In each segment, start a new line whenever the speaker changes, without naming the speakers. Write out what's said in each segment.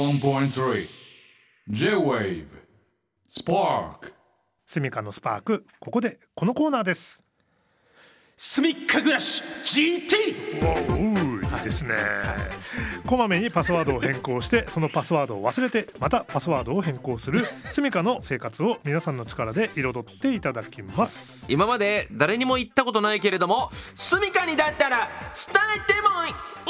81.3 J-Wave Spark
スミカのスパークここでこのコーナーです
スミッカ暮らし
お
GT
ういいですね、こまめにパスワードを変更してそのパスワードを忘れてまたパスワードを変更するスミカの生活を皆さんの力で彩っていただきます
今まで誰にも言ったことないけれどもスミカにだったら伝えても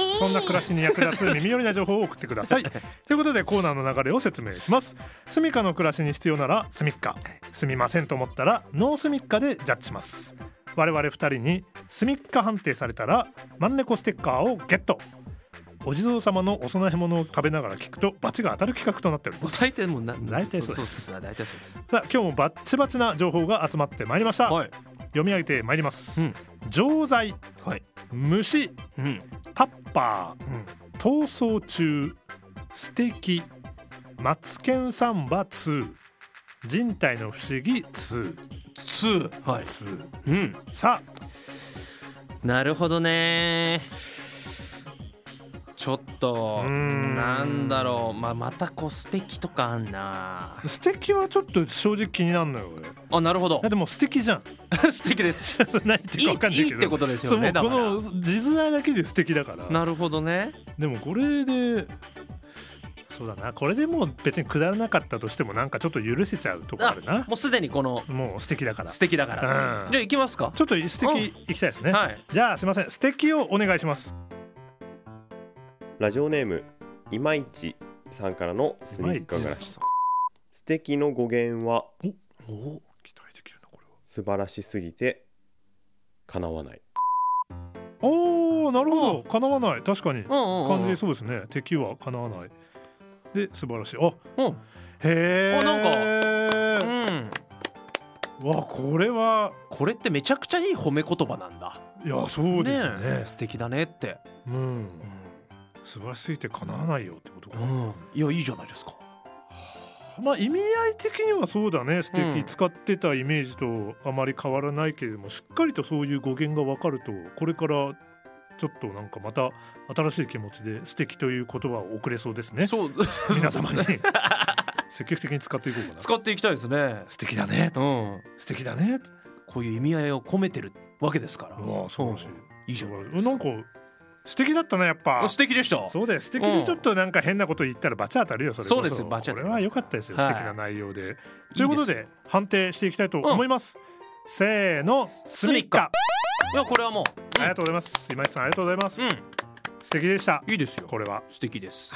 いい
そんな暮らしに役立つ耳寄りな情報を送ってくだ さいということでコーナーの流れを説明しますスミカの暮らしに必要ならスミッカすみませんと思ったらノースミッカでジャッジします我々2人にスミッカ判定されたらマンネコステッカーをゲットお地蔵様のお供え物を食べながら聞くと罰が当たる企画となっております
もう大体もうな
大体そうです
そうそうそう大体そうです
さあ今日もバッチバチな情報が集まってまいりました、
はい
読み上げてまいります、
うん
錠剤
はい
虫
うん
タッパー
うん
逃走中素敵マツケンサンバ2人体の不思議2
ツーはい
ツー
うん
さあ
なるほどねちょっと
うーん
なんだろうまあまたこう素敵とかあんな
素敵はちょっと正直気になるのよ俺い
あなるほど
やでも素敵じゃん
素敵です
何言ってるか分かんないけど
いいいいってことですよね
そうもう
だ
この実在だけで素敵だから
なるほどね
でもこれでそうだなこれでもう別にくだらなかったとしてもなんかちょっと許せちゃうとこあ
あ
るな
もうすでにこの
もう素敵だから
素
ち
敵だから、
うん
じゃあ行きますか
ょっと素敵いきたいですね、
はい
じゃあすいません素敵をお願いします
ラジオネームいまいちさんからのスニッカー
いま
ら
い
し素敵の語源は
おお期待できるなこれは
素晴らしすぎて叶わない
おおなるほど叶わない確かに
うんうんうん
感じそうですね敵は叶わないで素晴らしいあ
うん
へえ
あ
な
うん
わこれは
これってめちゃくちゃいい褒め言葉なんだ
いやそうですね
え素敵だねって
うん素晴らしすぎて叶わないよってことか、
うんいやいいじゃないですか
まあ意味合い的にはそうだね素敵、
うん
使ってたイメージとあまり変わらないけれどもしっかりとそういう語源が分かるとこれからちょっとなんかまた新しい気持ちで素敵という言葉を送れそうですね
そう
皆様に 積極的に使っていこうかな
使っていきたいですね
素敵だね
うん
素敵だね
こういう意味合いを込めてるわけですから
うわそうらしい
んいいじゃないです
な
か
んか素敵だったねやっぱ
あ素敵でした
そうだよ素敵にちょっとなんか変なこと言ったらバチ当たるよそれこ
そうですよバチ当たり
これ
ま
は
す
良かったですよ、
はい
素敵な内容でということで判定していきたいと思います、せーのスミッカ
いやこれはも
ありがとうございます今井さんありがとうございます、
ううん
素敵でした
いいですよ
これは
素敵です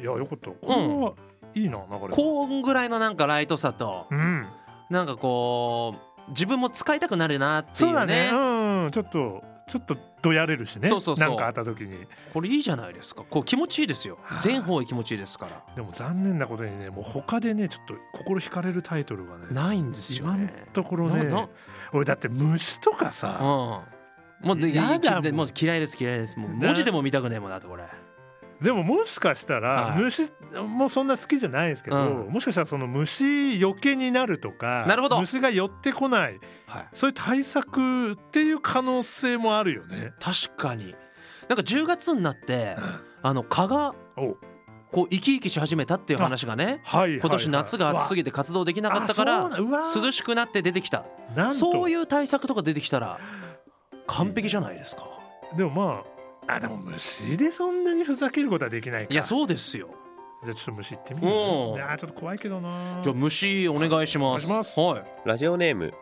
いやよかったこれは、いいな流れが
こんぐらいのなんかライトさと
うん
なんかこう自分も使いたくなるなってい
そう
う
だね
ね
うんちょっとちょっとどやれるしね
そうそうそう
なんかあった時に
これいいじゃないですかこう気持ちいいですよ
はい
全方位気持ちいいですから
でも残念なことにねもう他でねちょっと心惹かれるタイトルがね
ないんですよ
今の
ね
ところ
なな
ね俺だって虫とかさ、
うんもうね
やだ
いや
も
も
う
う嫌いです嫌いですもう
な
文字でも見たくねえもんだってこれ
でももしかしたら
はい
虫もそんな好きじゃないですけど、
う
もしかしたらその虫よけになるとか
なるほど
虫が寄ってこない
はい
そういう対策っていう可能性もあるよね。
確かになんか10月になってあの蚊が
お
こう生き生きし始めたっていう話がね
はい
今年夏が暑す
ぎ
ぎて活動できなかったから涼しくなって出てきたそういう対策とか出てきたら完璧じゃないですか
でもまああでも虫でそんなにふざけることはできないか
いやそうですよ
じゃあちょっと虫行ってみよ
お
う
う
いやーちょっと怖いけどな
じゃあ虫お願いします
お願いします
はい
ラジオネーム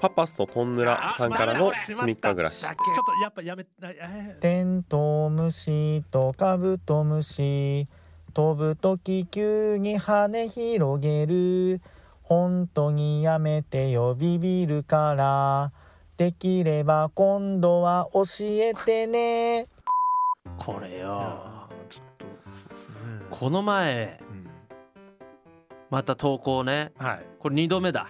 パパスとトンヌラさんからのスニッカー暮らし
ちょっとやっぱやめない
テントウムシとカブトムシ飛ぶとき急に羽広げる本当にやめてよビビるからできれば今度は教えてね
これ
いや
よ
ーちょっとそうですね
この前
うん
また投稿ね
はい
これ2度目だ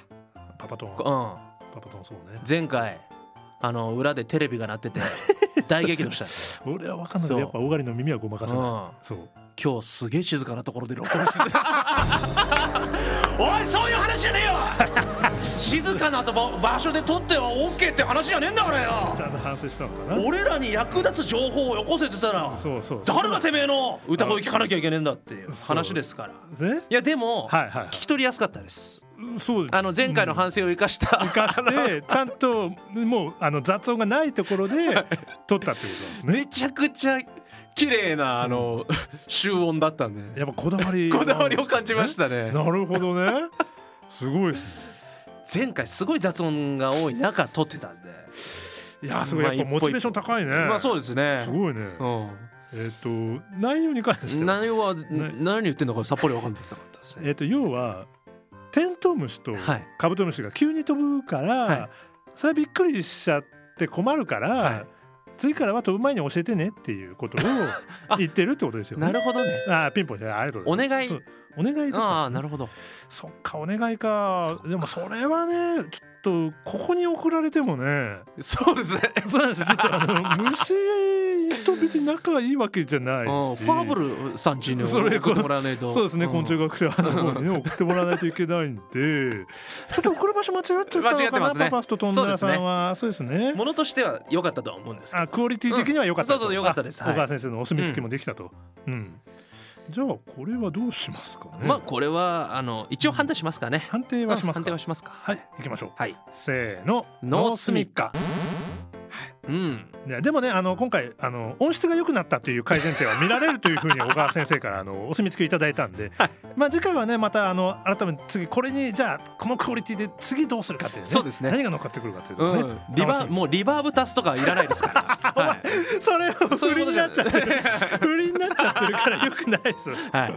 パパトーン
こうん
パパトンそうね。
前回あの裏でテ レビが鳴ってて大激怒したんです
俺は分かんないけど
そう
やっぱオガリの耳はごまかせない。
うん
そう。
今日すげえ静かなところで録音 してたおいそういう話じゃね えよ静かなとこ場所で撮っては OK って話じゃねえんだからよ
ちゃんと反省したのかな
俺らに役立つ情報をよこせって言ったら
そうそう
誰がてめえの歌声聞かなきゃいけねえんだっていう話ですから
ね
いやでも、
はいはいはい
聞き取りやすかったです
そうです
あの前回の反省を生かした、
生か してちゃんともうあの雑音がないところで撮ったってことなんですね
めちゃくちゃ綺麗なあの、集音だったんで
やっぱこだわり
こだわりを感じましたね
なるほどねすごいですね
前回すごい雑音が多い中撮ってたんで
いやすごいやっぱモチベーション高いね
まあそうですね
すごいね
う
えっと内容に関して
ん
は
内容は何言ってんのかさっぱり分かんなかったですね
えっと要はテントウムシと
はい
カブトムシが急に飛ぶか
はい
らそれはびっくりしちゃって困るか
はい
ら次からは飛ぶ前に教えてねっていうこと を言ってるってことですよね
なるほどね
あーピンポンじゃないありがとうございます
お願
そうお願いだ
あ
った
あ
ん
な
ですね
るほど
そっかお願いかでもそれはねちょっとここに送られても ね
そうですね
そうなんです よちょっとあの虫と別に仲いいわけじゃないし
うんファーブルさんちに
それ
送ってもらわないと
そうですね昆虫
が
学者の方 にね送ってもらわないといけないんでちょっと送る場所間違っちゃった
間
の
違って
か
ま
な、
すね
パパスとトンネラさんはそうですね
ものとしては良かったとは思うんですけど
あクオリティ的には良かった
うんそうそう良かったです
あ
はい
小川先生のお墨付きもできたとうん、じゃあこれはどうしますかね、
まあこれはあの一応判断しますかね
判定はします
判
か、
定はしますか
はい行きましょう
はい
せーの
ノースミッ
カ
うん
ね、でもねあの今回あの音質が良くなったという改善点は見られるというふうに小川先生からあ のお墨付きをいただいたんで、まあ、次回はねまたあの改めて次これにじゃあこのクオリティで次どうするかっていうね
そうですね
何が乗っかってくるかというと
う
ころ
ん
ね、
リ
楽
バ
しみ
もうリバーブ足すとかいらないですからはい
それを
そう
振り
いうこと
に
じ
な
ゃ
っちゃってる 振りになっちゃってるからよくないです よ。
はい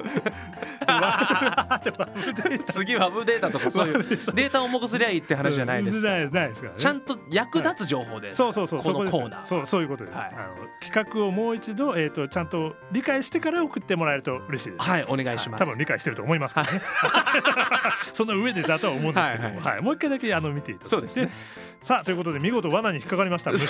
次はアップデータと かそういうデータを重くすりゃいいって話じゃないです
ないないですからね
ちゃんと役立つ情報です
そうそうそう
この
そ
コ
こで
ーナ
す
ー
そうそういうことです、
はい
あの企画をもう一度、えー、とちゃんと理解してから送ってもらえると嬉しいです、
はいお願いします
多分理解してると思います からね。その上でだとは思うんですけども、
はい
は
はいい
もう一回だけあの見ていただいて。
そうですね
さあということで見事罠に引っかかりました。虫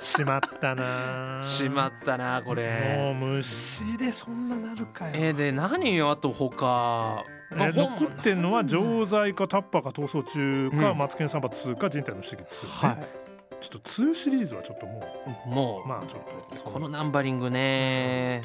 しまったな。
しまったなこ
もう
れ
虫でそんななるかよ。
えーで何よあと他
え
まあ
ー残ってんのは常在かタッパーか逃走中か、
うん
マツケンサンバ2か人体の不思議2、ね
は
ちょっと2シリーズはちょっとも
いも
う
う
まあちょっと
このナンバリングね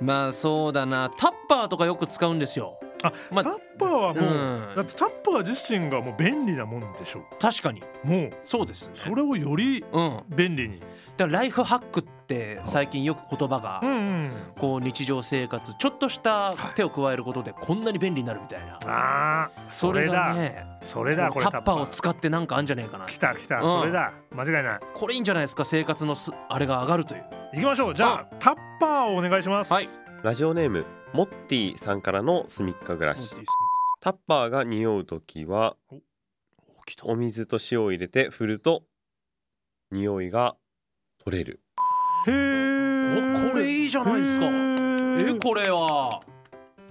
まあそうだなタッパーとかよく使うんですよ
あ
まあ
タッパーはもう、
うん
だってタッパー自身がもう便利なもんでしょ
確かに
うもう
そうですね
それをより
うんだか
便利に、
らライフハックって最近よく言葉が、
んうん、
こう日常生活ちょっとした手を加えることでこんなに便利になるみたいな、
ああ
そ
そ
れ
れ
が
だ
ね
それだこれ
タッパーを使ってなんかあんじゃねえかな
きたきた、
うん
それだ間違いない
これいいんじゃないですか生活のすあれが上がるという
行きましょうじゃあタッパーをお願いします
はい
ラジオネームモッティさんからのすみっか暮らしタッパーが匂う時はお水と塩を入れて振ると匂いが取れる
へえ
おこれいいじゃないですかえこれは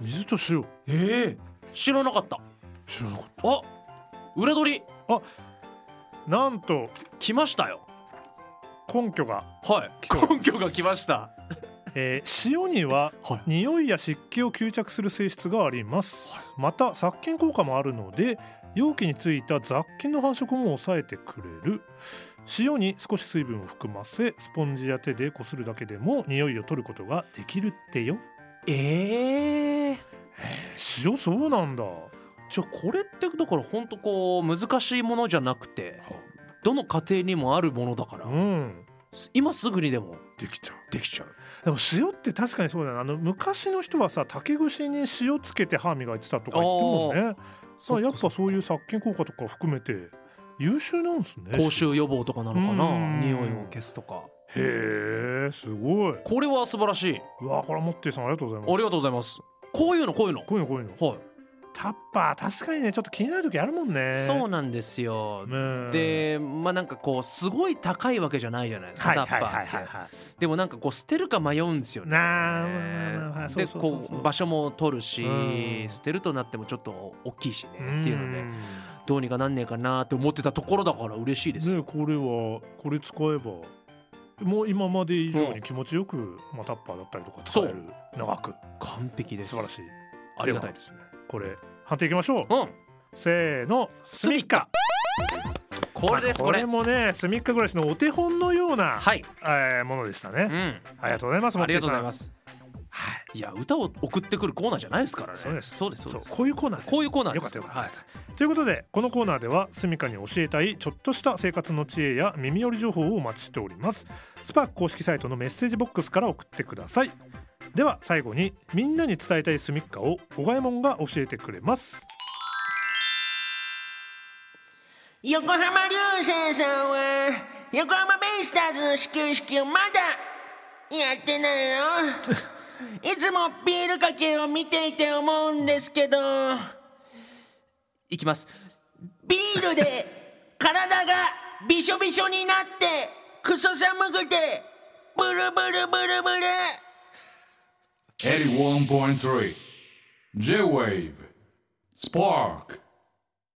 水と塩
ええ知らなかった
知らなかっ
あ裏取り
たなんと
来ましたよ
根拠が、
はい
来てます
根拠が来ました
えー塩には
はい
匂いや湿気を吸着する性質があります、また殺菌効果もあるので容器についた雑菌の繁殖も抑えてくれる塩に少し水分を含ませスポンジや手でこするだけでも匂いを取ることができるってよ
ええ
塩そうなんだ
じゃあこれってだから本当こう難しいものじゃなくてどの家庭にもあるものだから
うん
す今すぐにでも
できちゃう
できちゃう
でも塩って確かにそうだなあの昔の人はさ竹串に塩つけて歯磨いてたとか言ってるもんねまあやっぱそういう殺菌効果とか含めて優秀なんですね
口臭予防とかなのか
うん
な匂いを消すとか
へえすごい
これは素晴らしいあ
うわこれモッティさんありがとうございます
りがとうございますこういうのこういうの
こういうのこういうの
は
タッパー確かにねちょっと気になる時あるもんね
いそうなんですよ
うん
でまあなんかこうすごい高いわけじゃないじゃないです
は
か
い
タ
は
ッパ
いはいはい
ーって
は
でもなんかこう捨てるか迷うんですよ
い
ね
なあまあまあまあまあそう
で
そうそう
こ
そう
う場所も取るし
うん
捨てるとなってもちょっと大きいしねっていうので
ん
どうにかなんねえかなって思ってたところだから嬉しいですよ
ねこれはこれ使えばもう今まで以上に気持ちよく、まあ、タッパーだったりとか使える長く
完璧です
素晴らしい
ありがたいですね
これ判定いきましょう
うん
せーのス
ス
ミ
ミ
ッ
ッ
カ
カこれですこれ
もねスミッカ暮らしのお手本のような、
はい
えーものでした
う
ね
ん
ありがとうございます
ありがとうございますすはいいや歌を送ってくるコーナーじゃないですからね
そうです
そうですそ
そうう
です
こういうコーナーです
こういうコーナ
よ
ーで
かっ
す
たよかった、
はい
ということでこのコーナーではスミカに教えたいちょっとした生活の知恵や耳寄り情報をお待ちしておりますスパーク公式サイトのメッセージボックスから送ってくださいでは最後にみんなに伝えたいスミッカを小賀右衛門が教えてくれます
横浜流星さんは横浜ベイスターズの始球式をまだやってないよいつもビールかけを見ていて思うんですけど
いきます
ビールで体がびしょびしょになってクソ寒くてブルブルブルブル
81.3 J-Wave Spark